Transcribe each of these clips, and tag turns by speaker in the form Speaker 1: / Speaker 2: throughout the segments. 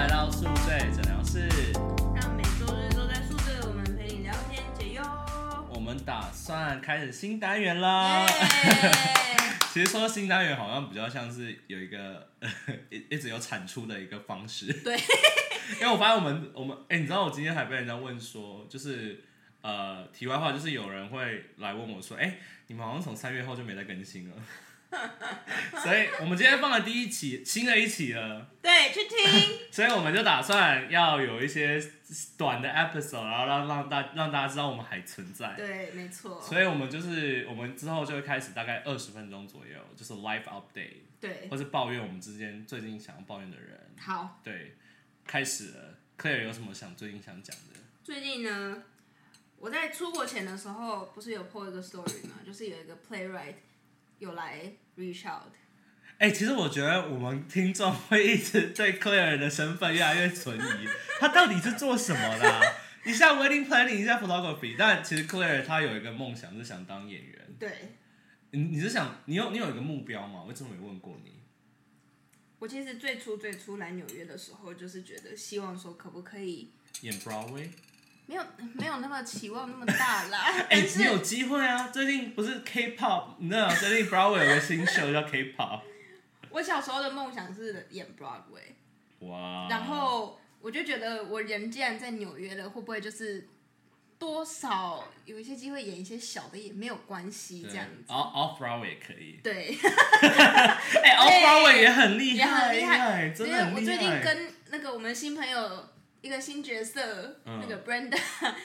Speaker 1: 算开始新单元啦。其实说新单元好像比较像是有一个 一一直有产出的一个方式。
Speaker 2: 对，
Speaker 1: 因为我发现我们我们哎、你知道我今天还被人家问说，就是呃，题外话，就是有人会来问我说，哎、你们好像从三月后就没再更新了。所以我们今天放了第一期，新的一期了，
Speaker 2: 对，去听，
Speaker 1: 所以我们就打算要有一些短的 episode，然后让让大让大家知道我们还存在。
Speaker 2: 对，没错，
Speaker 1: 所以我们就是我们之后就会开始大概二十分钟左右，就是 live update，
Speaker 2: 对，
Speaker 1: 或是抱怨我们之间最近想要抱怨的人。
Speaker 2: 好，
Speaker 1: 对，开始了。Claire 有什么想最近想讲的？
Speaker 2: 最近呢，我在出国前的时候，不是有 po 一个 story 嘛，就是有一个 playwright 有来 reach out，
Speaker 1: 哎、其实我觉得我们听众会一直对 Claire 的身份越来越存疑，他到底是做什么的啊、一下 wedding planning，一下 photography，但其实 Claire 她有一个梦想是想当演员。
Speaker 2: 对
Speaker 1: 你你是想你有你有一个目标吗？我一直没问过你。
Speaker 2: 我其实最初最初来纽约的时候，就是觉得希望说可不可以。
Speaker 1: 演 Broadway？，
Speaker 2: 没有没有那么期望那么大啦
Speaker 1: 哎、
Speaker 2: 但
Speaker 1: 你有
Speaker 2: 是
Speaker 1: 机会啊！最近不是 K-pop，你知道最近 Broadway 有个新秀叫 K-pop，
Speaker 2: 我小时候的梦想是演 Broadway，
Speaker 1: 哇！哦
Speaker 2: 然后我就觉得，我人既然在纽约了，会不会就是多少有一些机会演一些小的也没有关系
Speaker 1: 对哦
Speaker 2: 这样子？
Speaker 1: ，Off Off Broadway 也可以，
Speaker 2: 对，
Speaker 1: 哎、o f f Broadway 也很厉
Speaker 2: 也
Speaker 1: 害，
Speaker 2: 很厉害
Speaker 1: 耶真
Speaker 2: 因
Speaker 1: 的
Speaker 2: 为
Speaker 1: 很
Speaker 2: 我
Speaker 1: 厉害。
Speaker 2: 最近跟那个我们新朋友一个新角色，
Speaker 1: 嗯
Speaker 2: 那 个 Brenda，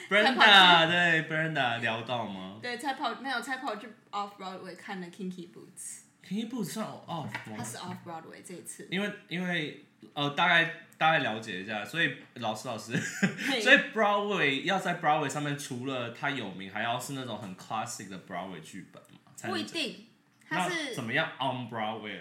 Speaker 1: Brenda 对 Brenda 聊到吗
Speaker 2: 对，才跑没有才跑去 Off Broadway 看了 Kinky Boots，
Speaker 1: k i n 不算 Off
Speaker 2: 他
Speaker 1: 吗？
Speaker 2: 是 Off Broadway 这一次，
Speaker 1: 因为因为呃，大概大概了解一下，所以老师老师，所以
Speaker 2: 对
Speaker 1: Broadway 要在 Broadway 上面，除了它有名，还要是那种很 classic 的 Broadway 剧本嘛，才
Speaker 2: 不
Speaker 1: 能
Speaker 2: 一
Speaker 1: 讲
Speaker 2: 定，他
Speaker 1: 那
Speaker 2: 是
Speaker 1: 怎么样 on Broadway？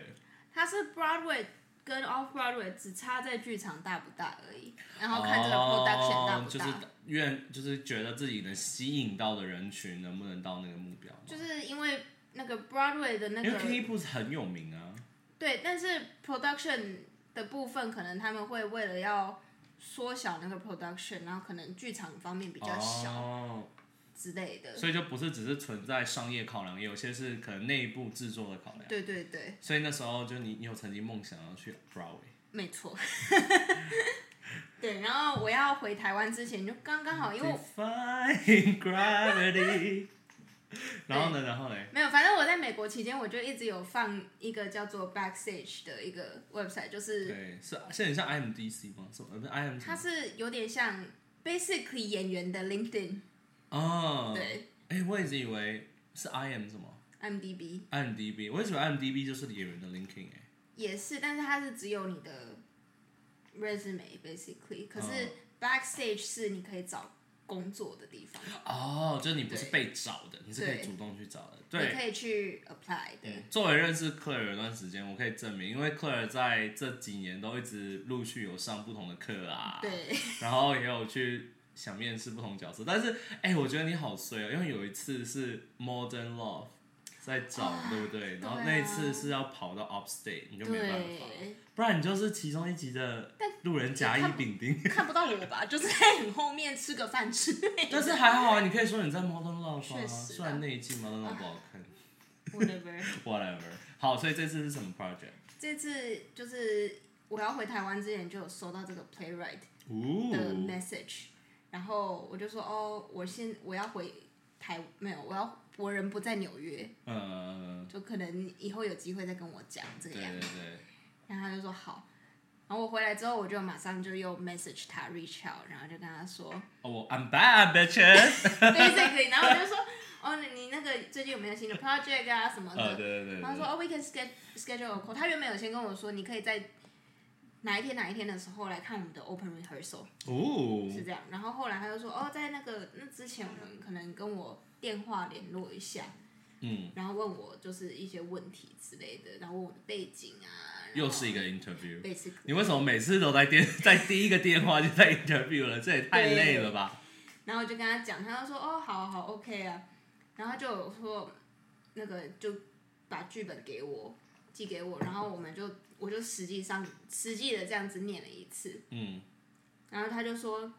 Speaker 2: 他是 Broadway 跟 Off Broadway 只差在剧场大不大而已，然后看这个 production 大
Speaker 1: 哦
Speaker 2: 不
Speaker 1: 就是
Speaker 2: 大。
Speaker 1: 愿就是觉得自己能吸引到的人群能不能到那个目标嘛？
Speaker 2: 就是因为那个 Broadway 的那
Speaker 1: 因为 K
Speaker 2: 个
Speaker 1: P 不是很有名啊，
Speaker 2: 对，但是 production 的部分可能他们会为了要缩小那个 production，然后可能剧场方面比较小
Speaker 1: 哦，
Speaker 2: 之类的。
Speaker 1: 所以就不是只是存在商业考量，也有些是可能内部制作的考量。
Speaker 2: 对对对，
Speaker 1: 所以那时候就你你有曾经梦想要去 Broadway，
Speaker 2: 没错。 对，然后我要回台湾之前，就刚刚
Speaker 1: 嗯
Speaker 2: 好，因为我
Speaker 1: Defying Gravity，然后呢，然后嘞，
Speaker 2: 没有，反正我在美国期间，我就一直有放一个叫做 Backstage 的一个 website，就是
Speaker 1: 对，是是很像 I M D C 吗？什么呃不是 I M？
Speaker 2: 它是有点像 basically 演员的 LinkedIn，
Speaker 1: 哦，，
Speaker 2: 对
Speaker 1: 哎，我一直以为是 I M 什么。
Speaker 2: ，MDB。
Speaker 1: IMDB，我也喜欢 IMDB 就是演员的 linking 哎、
Speaker 2: 也是，但是它是只有你的 resume basically，可是
Speaker 1: 哦
Speaker 2: backstage 是你可以找工作的地方，
Speaker 1: 哦，就是你不是
Speaker 2: 对
Speaker 1: 被找的，你是可以
Speaker 2: 对
Speaker 1: 主动去找的。
Speaker 2: 你
Speaker 1: 对，
Speaker 2: 可以去 apply 的。
Speaker 1: 嗯作为认识 Claire 有一段时间，我可以证明，因为 Claire 在这几年都一直陆续有上不同的课啊，，
Speaker 2: 对，
Speaker 1: 然后也有去想面试不同角色。但是，哎、我觉得你好衰哦，因为有一次是 Modern Love 在找，对不对？然后那一次是要跑到 Upstate，你就没办法，
Speaker 2: 对，
Speaker 1: 不然你就是其中一集的路人甲乙
Speaker 2: 看不
Speaker 1: 丙丁。
Speaker 2: 看不到我吧，就是在很后面吃个饭吃。
Speaker 1: 但是还好啊，你可以说你在 Modern
Speaker 2: 确
Speaker 1: Love 啊，
Speaker 2: 实啊
Speaker 1: 虽然那一季 Modern Love 不好看
Speaker 2: whatever。
Speaker 1: ，whatever。好，所以这次是什么 project？
Speaker 2: 这次就是我要回台湾之前就有收到这个 playwright 的
Speaker 1: 哦，
Speaker 2: message，、然后我就说哦，我先我要回台，没有，我要我人不在纽约，
Speaker 1: 呃，
Speaker 2: 就可能以后有机会再跟我讲这
Speaker 1: 对
Speaker 2: 个样
Speaker 1: 对
Speaker 2: 子。
Speaker 1: 对，
Speaker 2: 然后他就说好。然后我回来之后，我就马上就又 message 他 reach out，然后就跟他说
Speaker 1: 哦，我 I'm back bitches。
Speaker 2: basically，然后我就说哦，你你那个最近有没有新的 project 啊什么的？
Speaker 1: 呃，对对对
Speaker 2: 然后
Speaker 1: 对
Speaker 2: 说哦，we can schedule schedule a call。他原本有先跟我说，你可以在哪一天哪一天的时候来看我们的 open rehearsal，是
Speaker 1: 哦，
Speaker 2: 这样。然后后来他就说哦，在那个那之前，我们可能跟我电话联络一下，
Speaker 1: 嗯，
Speaker 2: 然后问我就是一些问题之类的，然后问我的背景啊，然后
Speaker 1: 又是一个 interview。
Speaker 2: basically。
Speaker 1: 你为什么每次都在电 在第一个电话就在 interview 了？这也太累了吧？
Speaker 2: 然后我就跟他讲，他就说哦，好好，OK 啊。然后他就有说那个就把剧本给我寄给我，然后我们就我就实际上实际的这样子念了一次，
Speaker 1: 嗯
Speaker 2: 然后他就说，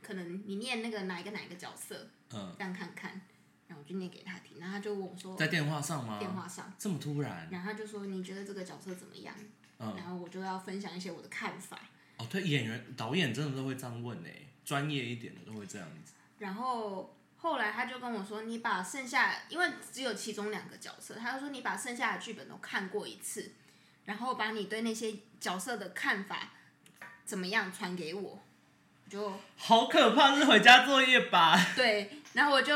Speaker 2: 可能你念那个哪一个哪一个角色，
Speaker 1: 嗯，
Speaker 2: 这样看看。然后我就念给他听，然后他就问我说
Speaker 1: 在电话上吗？
Speaker 2: 电话上，
Speaker 1: 这么突然？
Speaker 2: 然后他就说你觉得这个角色怎么样？
Speaker 1: 嗯，
Speaker 2: 然后我就要分享一些我的看法，
Speaker 1: 哦，对，演员导演真的都会这样问诶，专业一点的都会这样子。
Speaker 2: 然后后来他就跟我说，你把剩下，因为只有其中两个角色，他就说你把剩下的剧本都看过一次，然后把你对那些角色的看法怎么样传给我，我就
Speaker 1: 好可怕，是回家作业吧？
Speaker 2: 对，然后我就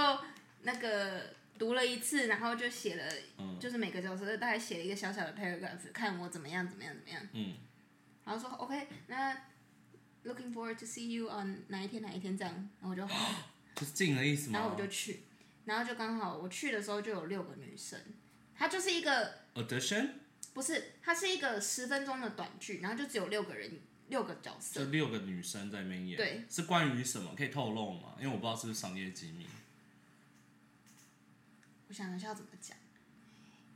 Speaker 2: 那个读了一次，然后就写了，
Speaker 1: 嗯
Speaker 2: 就是每个角色大概写了一个小小的 paragraph，看我怎么样怎么样怎么样，
Speaker 1: 嗯，
Speaker 2: 然后说 OK，那 looking forward to see you on 哪一天哪一天这样，然后 我就好。
Speaker 1: 就是进的意思吗？
Speaker 2: 然后我就去，然后就刚好我去的时候就有六个女生，它就是一个
Speaker 1: audition
Speaker 2: 不是，它是一个十分钟的短剧，然后就只有六个人六个角色，
Speaker 1: 就六个女生在那边演，
Speaker 2: 对，
Speaker 1: 是关于什么？可以透露吗？因为我不知道是不是商业机密。
Speaker 2: 我想一下要怎么讲，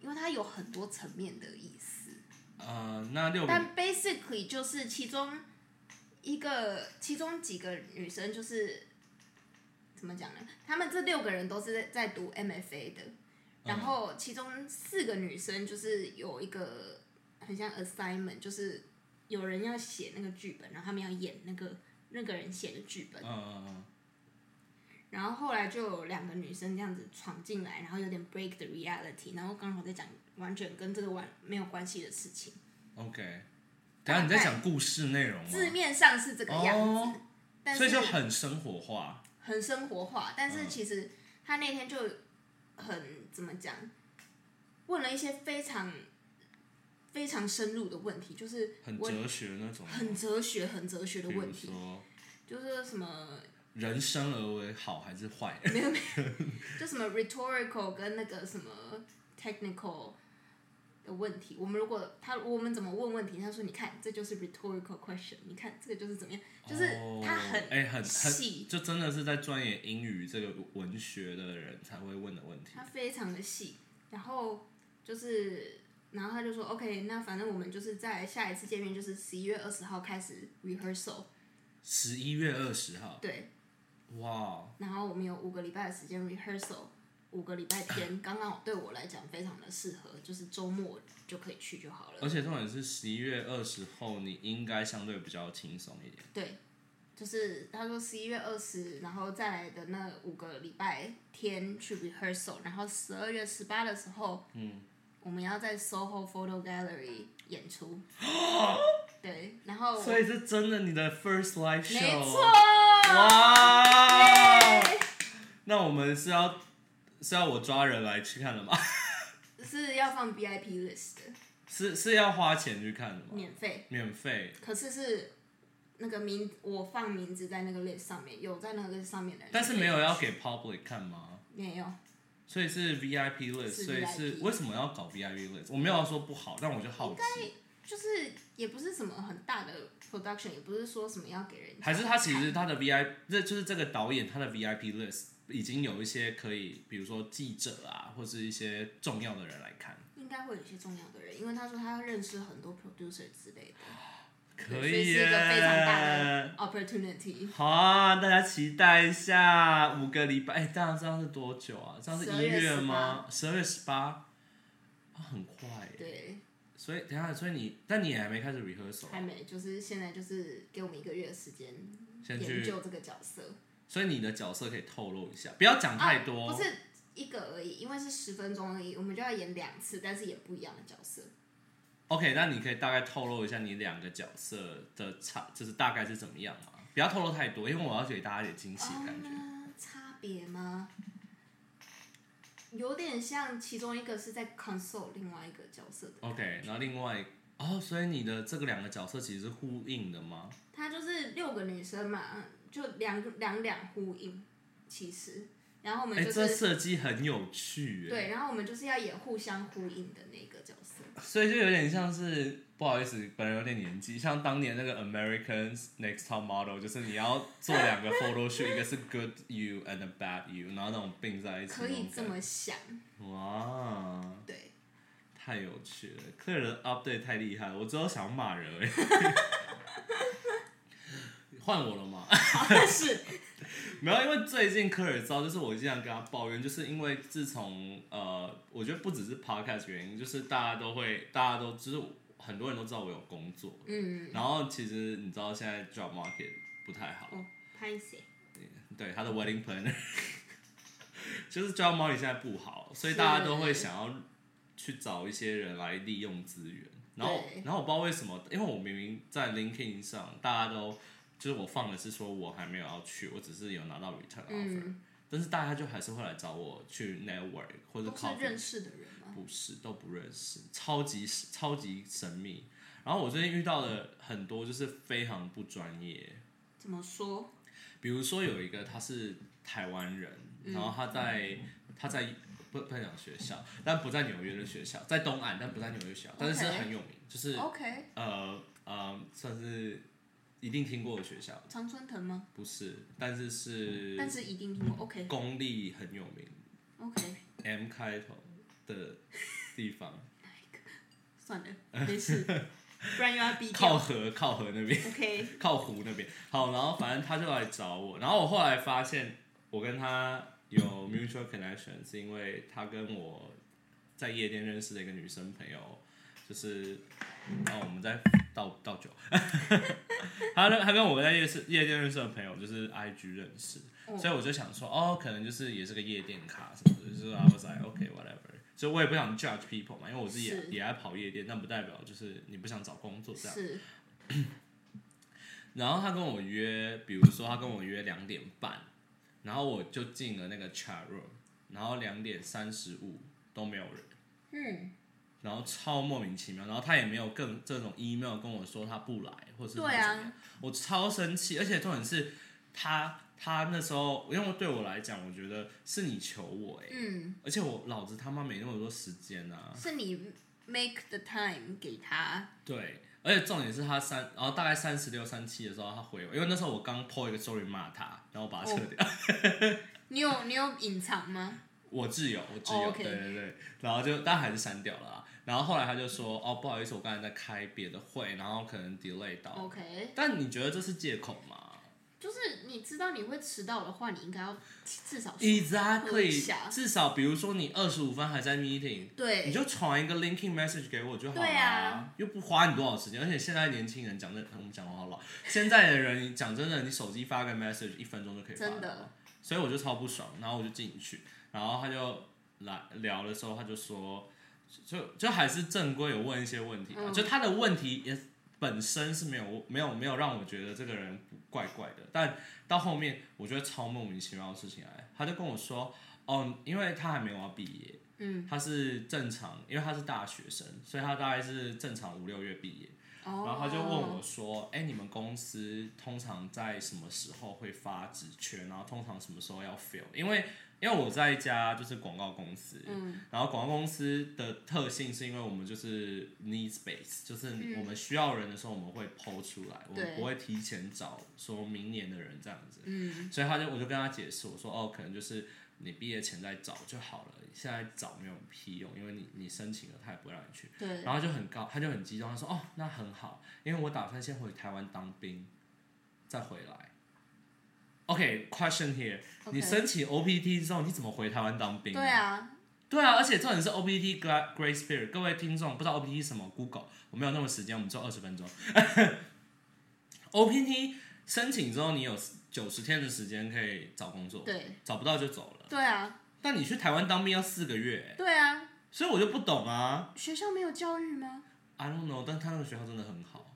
Speaker 2: 因为它有很多层面的意思，
Speaker 1: 呃，那六个
Speaker 2: 但 basically 就是其中一个其中几个女生就是怎么讲呢？她们这六个人都是在在读 MFA 的，然后其中四个女生就是有一个很像 assignment，就是有人要写那个剧本，然后他们要演那个那个人写的剧本。
Speaker 1: 呃，
Speaker 2: 然后后来就有两个女生这样子闯进来，然后有点 break the reality，然后刚好在讲完全跟这个完没有关系的事情，
Speaker 1: OK，等一下你在讲故事内容吗？
Speaker 2: 字面上是这个样子，
Speaker 1: 哦
Speaker 2: 但
Speaker 1: 所
Speaker 2: 是
Speaker 1: 以就很生活化。
Speaker 2: 很生活化，但是
Speaker 1: 嗯
Speaker 2: 其实他那天就很怎么讲，问了一些非常非常深入的问题，就是
Speaker 1: 很
Speaker 2: 我
Speaker 1: 哲学那种，
Speaker 2: 很哲学、很哲学的
Speaker 1: 嗯比如
Speaker 2: 问题，
Speaker 1: 说
Speaker 2: 就是什么
Speaker 1: 人生而为好还是坏？
Speaker 2: 就什么 rhetorical 跟那个什么 technical 的问题。我们如果他我们怎么问问题，他说你看这就是 rhetorical question，你看这个就是怎么样，就是
Speaker 1: 哦
Speaker 2: 他很
Speaker 1: 哎、很
Speaker 2: 细
Speaker 1: 很，就真的是在钻研英语这个文学的人才会问的问题。
Speaker 2: 他非常的细，然后就是，然后他就说，OK，那反正我们就是在下一次见面就是十一月二十号开始 rehearsal，
Speaker 1: 十一月二十号，
Speaker 2: 对，
Speaker 1: 哇，
Speaker 2: 然后我们有五个礼拜的时间 rehearsal，五个礼拜天，刚刚好对我来讲非常的适合，就是周末就可以去就好了，
Speaker 1: 而且重点是十一月二十后，你应该相对比较轻松一点。
Speaker 2: 对。就是他说十一月二十，然后再来的那五个礼拜天去 rehearsal，然后十二月十八的时候，嗯，我们要在 SOHO Photo Gallery 演 出，对，然后我
Speaker 1: 所以是真的，你的 first live
Speaker 2: 哦没
Speaker 1: show，
Speaker 2: 错，
Speaker 1: 哇！
Speaker 2: 耶
Speaker 1: 那我们是要是要我抓人来去看的吗？
Speaker 2: 是要放 VIP list 的，
Speaker 1: 是是要花钱去看的吗？
Speaker 2: 免费，
Speaker 1: 免费，
Speaker 2: 可是是那个名我放名字在那个 list 上面，有在那个 list 上面的人，
Speaker 1: 但是没有要给 public 看吗？
Speaker 2: 没有，
Speaker 1: 所以是 VIP list，
Speaker 2: 是
Speaker 1: 所以是
Speaker 2: VIP
Speaker 1: 为什么要搞 VIP list？我没有说不好，但我就好奇，
Speaker 2: 就是也不是什么很大的 production，也不是说什么要给人家
Speaker 1: 还是他其实他的 VIP，这就是这个导演他的 VIP list 已经有一些可以，比如说记者啊，或是一些重要的人来看，
Speaker 2: 应该会有一些重要的人，因为他说他认识很多 producer 之类的，
Speaker 1: 可
Speaker 2: 所以
Speaker 1: 以
Speaker 2: 是一个非常大的
Speaker 1: 耶。
Speaker 2: opportunity。
Speaker 1: 好啊，大家期待一下五个礼拜。哎、这样这样是多久啊？这样是
Speaker 2: 12
Speaker 1: 一
Speaker 2: 月
Speaker 1: 月吗？十二月十八，啊，很快耶。
Speaker 2: 对，
Speaker 1: 所以等一下，所以你，但你也还没开始 rehearsal，啊
Speaker 2: 还没，就是现在就是给我们一个月的时间
Speaker 1: 先
Speaker 2: 研
Speaker 1: 去。
Speaker 2: 究这个角色。
Speaker 1: 所以你的角色可以透露一下，不要讲太多。
Speaker 2: 啊，不是一个而已，因为是十分钟而已，我们就要演两次，但是演不一样的角色。
Speaker 1: OK，那你可以大概透露一下你两个角色的差，就是大概是怎么样嘛？不要透露太多，因为我要给大家一点惊喜的感觉。
Speaker 2: 哦那差别吗？有点像，其中一个是在 console 另外一个角色的，
Speaker 1: OK，然后另外哦，所以你的这个两个角色其实是呼应的吗？
Speaker 2: 她就是六个女生嘛，就两两两呼应，其实，然后我
Speaker 1: 哎、
Speaker 2: 们就
Speaker 1: 这
Speaker 2: 是、
Speaker 1: 设计很有趣耶。
Speaker 2: 对，然后我们就是要演互相呼应的那个角色。
Speaker 1: 所以就有点像是不好意思，本人有点年纪，像当年那个 Americans Next Top Model，就是你要做两 个 photo shoot，一个是 good you and a bad you，然后那种并在一起。
Speaker 2: 可以这么想，
Speaker 1: 哇，
Speaker 2: 对，
Speaker 1: 太有趣了！Claire 的 update 太厉害了，我只有想骂人 而已。换我了吗？
Speaker 2: 是
Speaker 1: 没有，因为最近科尔招就是我经常跟他抱怨，就是因为自从呃，我觉得不只是 podcast 原因，就是大家都会，大家都就是很多人都知道我有工作，
Speaker 2: 嗯，
Speaker 1: 然后其实你知道现在 job market 不太好，
Speaker 2: 哦，拍谁？
Speaker 1: 对他的 wedding planner，就是 job market 现在不好，所以大家都会
Speaker 2: 是
Speaker 1: 想要去找一些人来利用资源。然后
Speaker 2: 对，
Speaker 1: 然后我不知道为什么，因为我明明在 LinkedIn 上，大家都就是我放的是说我还没有要去，我只是有拿到 return offer，、
Speaker 2: 嗯，
Speaker 1: 但是大家就还是会来找我去 network 或者
Speaker 2: 都是
Speaker 1: coffee
Speaker 2: 认识的人吗？
Speaker 1: 不是，都不认识，超级超级神秘。然后我最近遇到的很多就是非常不专业，
Speaker 2: 怎么说？
Speaker 1: 比如说有一个他是台湾人，
Speaker 2: 嗯
Speaker 1: 然后他在、他在不不能讲学校，但不在纽约的学校，在东岸但不在纽约学校，但是是
Speaker 2: OK 哦
Speaker 1: 很有名，就是、
Speaker 2: OK，
Speaker 1: 呃呃算是一定听过的学校，
Speaker 2: 常春藤吗？
Speaker 1: 不是，但是是
Speaker 2: 但是一定听过。OK
Speaker 1: 公立很有名
Speaker 2: OK，
Speaker 1: M 开头的地 方，
Speaker 2: 算了，没事，不然又要逼
Speaker 1: 靠
Speaker 2: 掉。
Speaker 1: 河靠河那边。
Speaker 2: OK，
Speaker 1: 靠湖那边。好，然后反正他就来找我，然后我后来发现我跟他有 mutual connection，是因为他跟我在夜店认识的一个女生朋友，就是，然后我们在倒倒酒， 他跟他跟我在夜市夜店认识的朋友就是 IG 认识，
Speaker 2: 哦
Speaker 1: 所以我就想说，哦，可能就是也是个夜店咖什么的，就是 I was like OK whatever。所以我也不想 judge people 嘛，因为我自己也
Speaker 2: 是
Speaker 1: 也爱跑夜店，但不代表 就是你不想找工作这样。
Speaker 2: 是
Speaker 1: 然后他跟我约，比如说他跟我约两点半，然后我就进了那个 chat room，然后两点三十五都没有人，
Speaker 2: 嗯，
Speaker 1: 然后超莫名其妙，然后他也没有更这种 email 跟我说他不来，或者是他
Speaker 2: 对啊
Speaker 1: 怎么样我超生气，而且重点是他他那时候，因为对我来讲，我觉得是你求我哎、
Speaker 2: 嗯，
Speaker 1: 而且我老子他妈没那么多时间啊，
Speaker 2: 是你 make the time 给他。
Speaker 1: 对，而且重点是他三，然后大概三十六、三七的时候他回我，因为那时候我刚 po 一个 story 骂他，然后我把他撤
Speaker 2: 哦
Speaker 1: 掉。
Speaker 2: 你有你有隐藏吗？
Speaker 1: 我挚友，我挚友
Speaker 2: 哦，OK
Speaker 1: 对对对，然后就但还是删掉了啦。啊然后后来他就说，哦，不好意思，我刚才在开别的会，然后可能 delay 到。
Speaker 2: OK，
Speaker 1: 但你觉得这是借口吗
Speaker 2: 就是你知道你会迟到的话，你应该要至少说喝一下
Speaker 1: ？Exactly，至少比如说你二十五分还在 meeting，你
Speaker 2: 对，
Speaker 1: 就传一个 linking message 给我就好了、
Speaker 2: 对啊
Speaker 1: 又不花你多少时间。而且现在年轻人讲真的，我们讲我好老，现在的人你讲真的，你手机发个 message 一分钟就可以发
Speaker 2: 真的
Speaker 1: 了，所以我就超不爽，然后我就进去，然后他就来聊的时候，他就说，就就还是正规有问一些问题、啊，
Speaker 2: 嗯
Speaker 1: 就他的问题也本身是没有没有没有让我觉得这个人怪怪的，但到后面我觉得超莫名其妙的事情来，他就跟我说，哦，因为他还没有要毕业。
Speaker 2: 嗯，
Speaker 1: 他是正常，因为他是大学生，所以他大概是正常五六月毕业。
Speaker 2: 哦，
Speaker 1: 然后他就问我说：“哎、你们公司通常在什么时候会发职缺？然后通常什么时候要 fill？因为因为我在一家就是广告公司，
Speaker 2: 嗯，
Speaker 1: 然后广告公司的特性是因为我们就是 needs base，就是我们需要人的时候我们会抛出来，我们
Speaker 2: 嗯对
Speaker 1: 不会提前找说明年的人这样子。
Speaker 2: 嗯，
Speaker 1: 所以他就我就跟他解释，我说哦，可能就是你毕业前再找就好了，现在找没有屁用，因为你你申请了，他也不会让你去。
Speaker 2: 对，
Speaker 1: 然后他就很高，他就很激动，他说哦，那很好，因为我打算先回台湾当兵，再回来。OK，question、here，你
Speaker 2: OK
Speaker 1: 申请 OPT 之后，你怎么回台湾当兵、
Speaker 2: 对，啊，
Speaker 1: 对啊，而且重点是 OPT Gra- Grace Period，各位听众不知道 OPT 是什么，Google，我没有那么时间，我们只有二十分钟。OPT 申请之后，你有九十天的时间可以找工作，
Speaker 2: 对，
Speaker 1: 找不到就走了。
Speaker 2: 对啊，
Speaker 1: 但你去台湾当兵要四个月，
Speaker 2: 对啊，
Speaker 1: 所以我就不懂啊。
Speaker 2: 学校没有教育吗？
Speaker 1: I don't know，但他那个学校真的很好，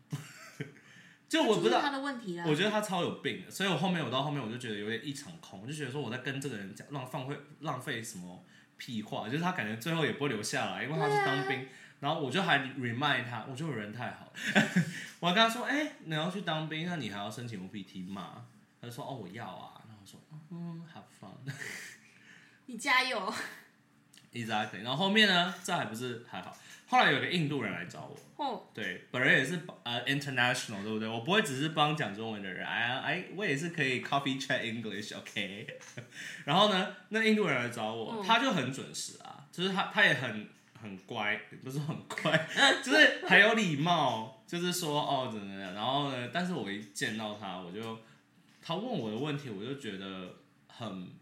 Speaker 1: 就我不知
Speaker 2: 这就
Speaker 1: 道
Speaker 2: 是，他的问题啦。
Speaker 1: 我觉得他超有病的，所以我后面我到后面我就觉得有点一场空，我就觉得说我在跟这个人讲浪放会浪费什么屁话，就是他感觉最后也不会留下来，因为他是当兵。
Speaker 2: 啊
Speaker 1: 然后我就还 remind 他，我觉得我人太好了， 我还跟他说，哎、你要去当兵，那你还要申请 OPT 吗？他就说，哦，我要啊。然后我说，嗯，have fun
Speaker 2: 你加油，
Speaker 1: exactly。然后后面呢，这还不是还好，后来有个印度人来找我，
Speaker 2: 哦，
Speaker 1: 对，本人也是呃 international，对不对？我不会只是帮讲中文的人，哎哎，我也是可以 coffee chat English，OK、然后呢，那印度人来找我，
Speaker 2: 嗯
Speaker 1: 他就很准时啊，就是他他也很很乖，不是很乖， 就是很有礼貌，就是说哦怎么怎么样。然后呢，但是我一见到他，我就他问我的问题，我就觉得很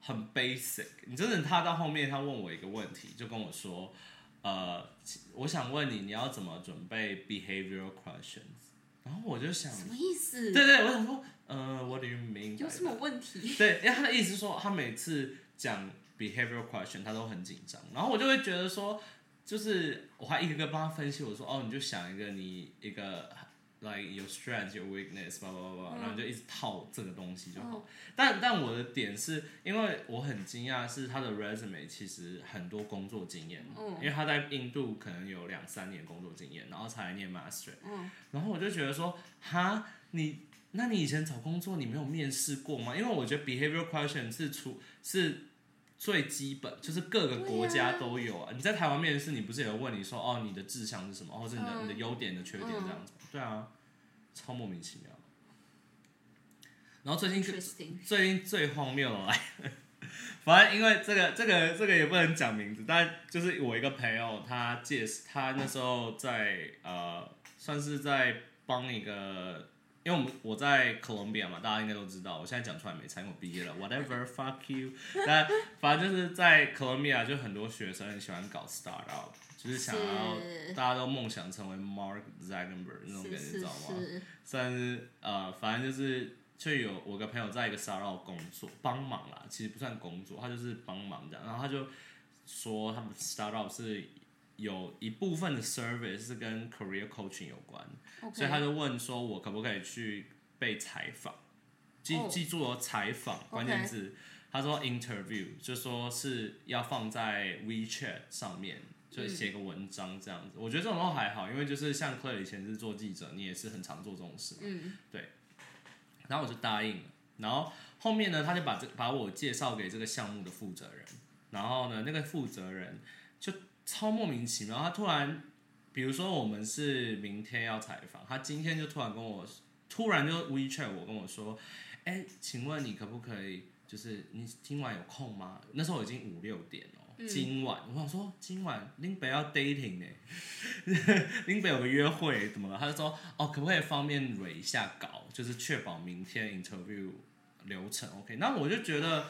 Speaker 1: 很 basic。你真的，他到后面他问我一个问题，就跟我说，呃，我想问你，你要怎么准备 behavioral questions？然后我就想，
Speaker 2: 什么意思？
Speaker 1: 对对，我想说，呃，what do you mean？by
Speaker 2: 有什么问题？
Speaker 1: 对，因为他的意思是说，他每次讲 behavioral question，他都很紧张，然后我就会觉得说，就是我还一个个帮他分析，我说哦，你就想一个你一个 like your strength, your weakness，叭叭叭叭，
Speaker 2: 嗯
Speaker 1: 然后你就一直套这个东西就好。但但我的点是因为我很惊讶，是他的 resume 其实很多工作经验，
Speaker 2: 嗯
Speaker 1: 因为他在印度可能有两三年工作经验，然后才来念 master，
Speaker 2: 嗯，
Speaker 1: 然后我就觉得说，哈，你那你以前找工作你没有面试过吗？因为我觉得 behavioral question 是出是最基本，就是各个国家都有啊。你在台湾面试，你不是也有问你说哦你的志向是什么，或者你的、
Speaker 2: 嗯
Speaker 1: 你的优点、你的缺点这样子？对啊，超莫名其妙。然后最近
Speaker 2: Interesting
Speaker 1: 最近最荒谬的来， 反正因为这个这个这个也不能讲名字，但就是我一个朋友，他介他那时候在呃，算是在帮一个，因为我们我在哥伦比亚嘛，大家应该都知道，我现在讲出来没差，因为我毕业了，whatever fuck you，但 反正就是在哥伦比亚，就很多学生很喜欢搞 start up，就是想要
Speaker 2: 是
Speaker 1: 大家都梦想成为 Mark Zuckerberg 那种感
Speaker 2: 是
Speaker 1: 觉，你知
Speaker 2: 是
Speaker 1: 道吗？
Speaker 2: 是，
Speaker 1: 算是呃，反正就是就有我个朋友在一个沙漏工作帮忙啦，其实不算工作，他就是帮忙这样。然后他就说他们 startup 是有一部分的 service 是跟 career coaching 有关
Speaker 2: OK
Speaker 1: 所以他就问说我可不可以去被采访？记、
Speaker 2: 哦
Speaker 1: 记住哦，采访关键
Speaker 2: OK
Speaker 1: 字。他说 interview 就说是要放在 WeChat 上面，就写个文章这样
Speaker 2: 嗯
Speaker 1: 子。我觉得这种都还好，因为就是像 Claire 以前是做记者，你也是很常做这种事嘛。
Speaker 2: 嗯，
Speaker 1: 然后我就答应了。然后后面呢，他就把这把我介绍给这个项目的负责人。然后呢，那个负责人就超莫名其妙，他突然，比如说我们是明天要采访，他今天就突然跟我，突然就 WeChat 我跟我说，哎，请问你可不可以，就是你今晚有空吗？那时候已经五六点哦。今晚我想说，今晚林北要 dating 呢、 林北有个约会，怎么了？他就说哦，可不可以方便蕊一下稿，就是确保明天 interview 流程 OK？那我就觉得，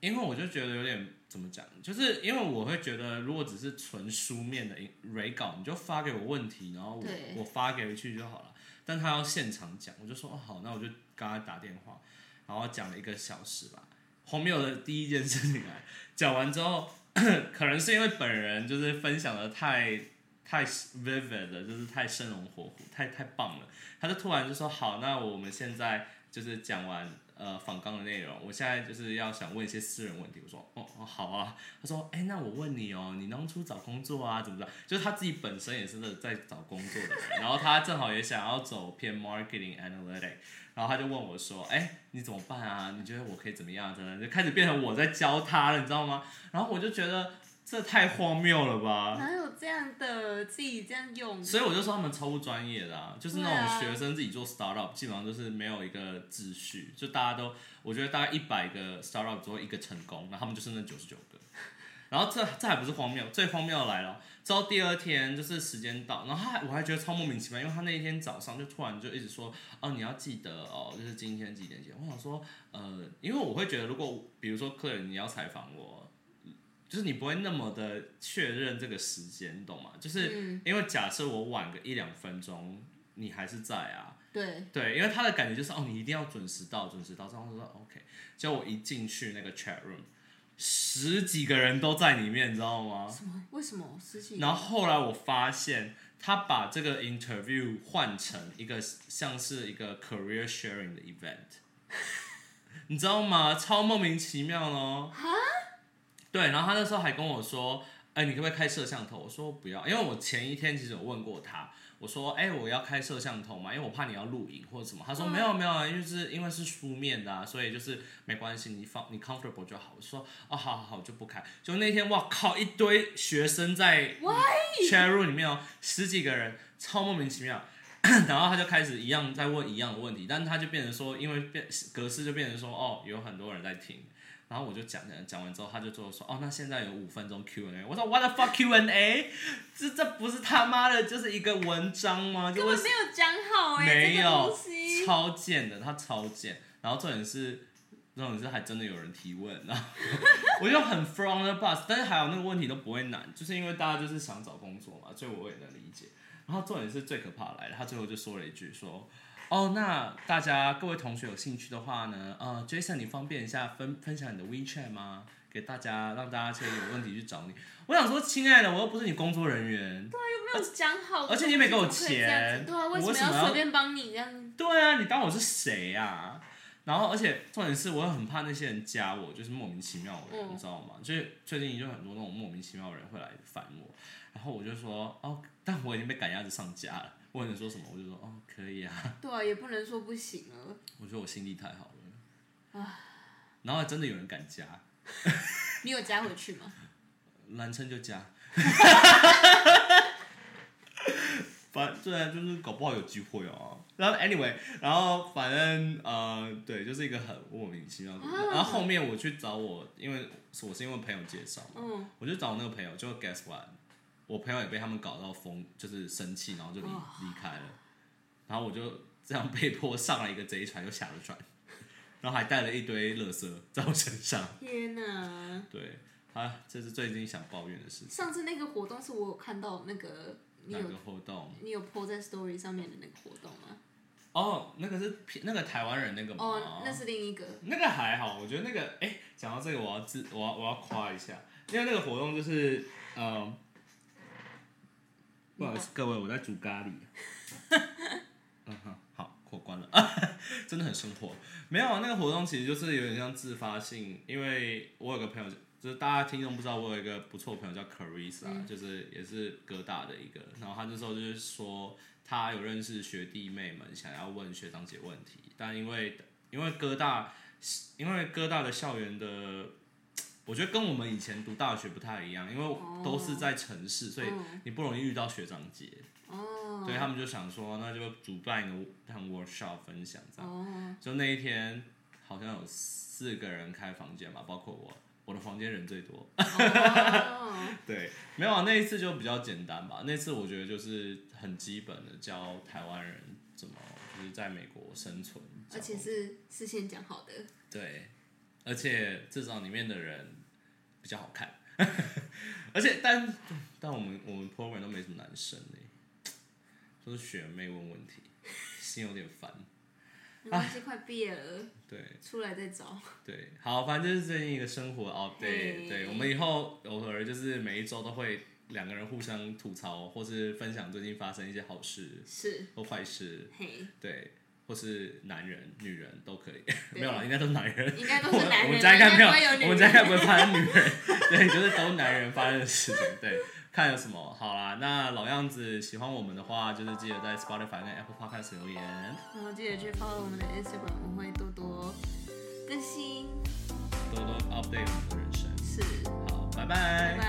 Speaker 1: 因为我就觉得有点怎么讲，就是因为我会觉得，如果只是纯书面的蕊稿，你就发给我问题，然后我
Speaker 2: 对
Speaker 1: 我发给回去就好了。但他要现场讲，我就说哦好，那我就跟他打电话，然后讲了一个小时吧。荒谬的第一件事情来，讲完之后， 可能是因为本人就是分享的太太 vivid 了，就是太生龙活虎，太太棒了。他就突然就说：“好，那我们现在就是讲完呃访纲的内容，我现在就是要想问一些私人问题。”我说：“哦哦，好啊。”他说：“哎、那我问你哦，你当初找工作啊，怎么着？就是他自己本身也是在找工作的人，然后他正好也想要走偏 marketing analytic，然后他就问我说：‘哎、你怎么办啊？你觉得我可以怎么样？’真的就开始变成我在教他了，你知道吗？然后我就觉得这太荒谬了吧。
Speaker 2: 哪有这样的自己这样用？
Speaker 1: 所以我就说他们超不专业的啊，就是
Speaker 2: 对
Speaker 1: 那
Speaker 2: 啊
Speaker 1: 种学生自己做 startup，基本上就是没有一个秩序，就大家都，我觉得大概一百个 startup 只会一个成功，然后他们就是那九十九个。 然后这这还不是荒谬，最荒谬的来了。之后第二天就是时间到，然后他还我还觉得超莫名其妙，因为他那一天早上就突然就一直说，哦你要记得哦，就是今天几点几点。我想说，呃，因为我会觉得如果比如说客人你要采访我，就是你不会那么的确认这个时间，你懂吗？就是
Speaker 2: 嗯，
Speaker 1: 因为假设我晚个一两分钟，你还是在啊。
Speaker 2: 对，
Speaker 1: 对，因为他的感觉就是哦，你一定要准时到，准时到。然后我说哦 OK，结果我一进去那个 chat room，十几个人都在里面，你知道吗？
Speaker 2: 什么？为什么私信？
Speaker 1: 然后后来我发现，他把这个 interview 换成一个像是一个 career sharing 的 event，你知道吗？超莫名其妙哦。对，然后他那时候还跟我说，哎、你可不可以开摄像头？我说不要，因为我前一天其实有问过他，我说，哎、我要开摄像头嘛，因为我怕你要录影或者什么。他说
Speaker 2: 嗯
Speaker 1: 没有没有啊，因为是因为是书面的啊，所以就是没关系，你放你 comfortable 就好。我说哦，好好好，就不开。就那天，哇靠，一堆学生在 chat room 里面哦，十几个人，超莫名其妙。 然后他就开始一样在问一样的问题，但是他就变成说，因为变格式就变成说，哦，有很多人在听，然后我就讲讲讲完之后，他就做说哦，那现在有五分钟 Q&A。我说 What the fuck Q&A？这这不是他妈的就是一个文章吗？就
Speaker 2: 根
Speaker 1: 为
Speaker 2: 本没有讲好哎、
Speaker 1: 没
Speaker 2: 这个
Speaker 1: 有
Speaker 2: 东西，
Speaker 1: 超贱的，他超贱。然后重点是，重点是还真的有人提问，然后 我就很 from the bus，但是还有那个问题都不会难，就是因为大家就是想找工作嘛，所以我也能理解。然后重点是最可怕的来了，他最后就说了一句说。哦，那大家各位同学有兴趣的话呢，呃，Jason，你方便一下分分享你的 WeChat 吗？给大家让大家可以有问题去找你。我想说，亲爱的，我又不是你工作人员，
Speaker 2: 没有讲好，
Speaker 1: 而且你也没给我
Speaker 2: 怎么可以这样
Speaker 1: 钱
Speaker 2: 子对啊，
Speaker 1: 我
Speaker 2: 为
Speaker 1: 为
Speaker 2: 什
Speaker 1: 什么
Speaker 2: 么
Speaker 1: 要
Speaker 2: 要随便帮你这样子？
Speaker 1: 对啊，你当我是谁啊？然后，而且重点是，我又很怕那些人加我，就是莫名其妙的人，
Speaker 2: 嗯
Speaker 1: 你知道吗？就是最近就很多那种莫名其妙的人会来烦我，然后我就说哦，但我已经被赶鸭子上架了。我能说什么？我就说哦，可以啊。
Speaker 2: 对啊，也不能说不行了。
Speaker 1: 我觉得我心地太好了，然后还真的有人敢加，
Speaker 2: 你有加回去 吗？
Speaker 1: 男生就加。 反对啊，就是搞不好有机会哦、然后 anyway，然后反正呃，对，就是一个很莫名其妙的。
Speaker 2: 啊
Speaker 1: 然后后面我去找我，因为我是因为朋友介绍嘛，
Speaker 2: 嗯，
Speaker 1: 我就找我那个朋友，就 guess what，我朋友也被他们搞到疯，就是生气，然后就离
Speaker 2: 哇
Speaker 1: 离开了。然后我就这样被迫上了一个贼船，又下了船，然后还带了一堆垃圾在我身上。
Speaker 2: 天哪！
Speaker 1: 对，啊，这是最近想抱怨的事情。
Speaker 2: 上次那个活动是我有看到那个，你
Speaker 1: 哪
Speaker 2: 有
Speaker 1: 个活动？
Speaker 2: 你有 po 在 story 上面的那个活动吗？
Speaker 1: 哦，那个是偏那个台湾人那个吗？
Speaker 2: 哦，那是另一个。
Speaker 1: 那个还好，我觉得那个，哎，讲到这个，我要自我要我要夸一下，因为那个活动就是，嗯、不好意思，各位，我在煮咖喱。嗯哼，好，我关了， 真的很生活。没有啊，那个活动其实就是有点像自发性，因为我有个朋友，就是大家听众不知道，我有一个不错的朋友叫 Carissa，、就是也是哥大的一个，然后他那时候就是说他有认识学弟妹们想要问学长姐问题，但因为因为哥大，因为哥大的校园的，我觉得跟我们以前读大学不太一样，因为都是在城市，所以
Speaker 2: 嗯
Speaker 1: 你不容易遇到学长姐，
Speaker 2: 哦，
Speaker 1: 所以他们就想说，那就主办一个像 workshop 分享这样。
Speaker 2: 哦，
Speaker 1: 就那一天好像有四个人开房间吧，包括我，我的房间人最多。
Speaker 2: 哦，
Speaker 1: 对，没有啊，那一次就比较简单吧。那次我觉得就是很基本的教台湾人怎么就是在美国生存，
Speaker 2: 而且是事先讲 好的，
Speaker 1: 对，而且至少里面的人比较好看， 而且但但我们我们 program 都没什么男生呢、都是学妹问问题，心有点烦。
Speaker 2: 没关系，快毕业了，
Speaker 1: 对
Speaker 2: 出来再找。
Speaker 1: 对，好，反正就是最近一个生活 update。
Speaker 2: 嘿
Speaker 1: 对，我们以后偶尔就是每一周都会两个人互相吐槽，或是分享最近发生一些好事
Speaker 2: 是，
Speaker 1: 或坏事，
Speaker 2: 嘿，
Speaker 1: 对，或是男人、女人都可以。 没
Speaker 2: 对
Speaker 1: 有啦，应该都是男人。
Speaker 2: 应该都
Speaker 1: 我
Speaker 2: 是男人，啊
Speaker 1: 我们家应该没有
Speaker 2: 不会有，女
Speaker 1: 我
Speaker 2: 人
Speaker 1: 们家应该不会发生女人， 对，就是都男人发生的事情。对，看有什么好啦。那老样子，喜欢我们的话，就是记得在 Spotify 跟 Apple Podcast 留言，
Speaker 2: 然后记得去 follow 我们的 Instagram，我会多多更新。
Speaker 1: 多多 update 我们的人生。
Speaker 2: 是，
Speaker 1: 好，拜
Speaker 2: 拜拜。